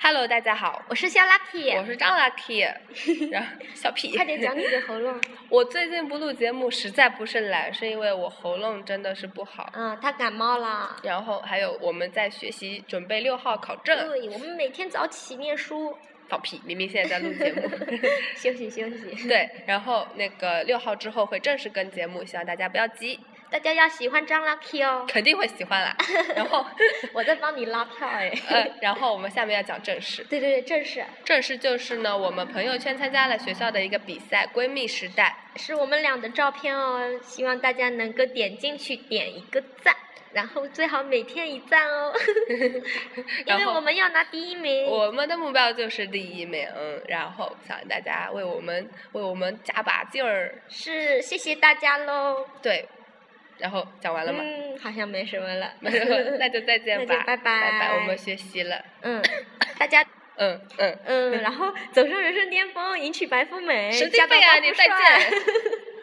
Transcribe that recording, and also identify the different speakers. Speaker 1: Hello，大家好，
Speaker 2: 我是小 Lucky，
Speaker 1: 我是张 Lucky，然后小痞。
Speaker 2: 快点讲你的喉咙。
Speaker 1: 我最近不录节目，实在不是懒，是因为我喉咙真的是不好。
Speaker 2: 嗯，他感冒了。
Speaker 1: 然后还有我们在学习准备六号考证。
Speaker 2: 对，我们每天早起念书。
Speaker 1: 放屁！明明现在在录节目。
Speaker 2: 休息休息。
Speaker 1: 对，然后那个六号之后会正式跟节目，希望大家不要急。
Speaker 2: 大家要喜欢张 Lucky 哦。
Speaker 1: 肯定会喜欢 啦。然后
Speaker 2: 我在帮你拉票哎。
Speaker 1: 呃，然后我们下面要讲正事。
Speaker 2: 对对对，正事。
Speaker 1: 正事就是呢，我们朋友圈参加了学校的一个比赛《闺蜜时代》，
Speaker 2: 是我们俩的照片哦，希望大家能够点进去点一个赞。然后最好每天一 赞哦，因为我们要拿第一名。
Speaker 1: 我们的目标就是第一名，然后想大家为我们为我们加把劲儿。
Speaker 2: 是，谢谢大家喽。
Speaker 1: 对，然后讲完了吗？
Speaker 2: 嗯，好像没什么了。
Speaker 1: 没什么， 那就再见吧，
Speaker 2: 拜拜。
Speaker 1: 拜拜，我们学习了。
Speaker 2: 嗯，大家。
Speaker 1: 嗯嗯
Speaker 2: 嗯，然后走上人生巅峰，迎娶白富美。
Speaker 1: 神经病啊！你再见。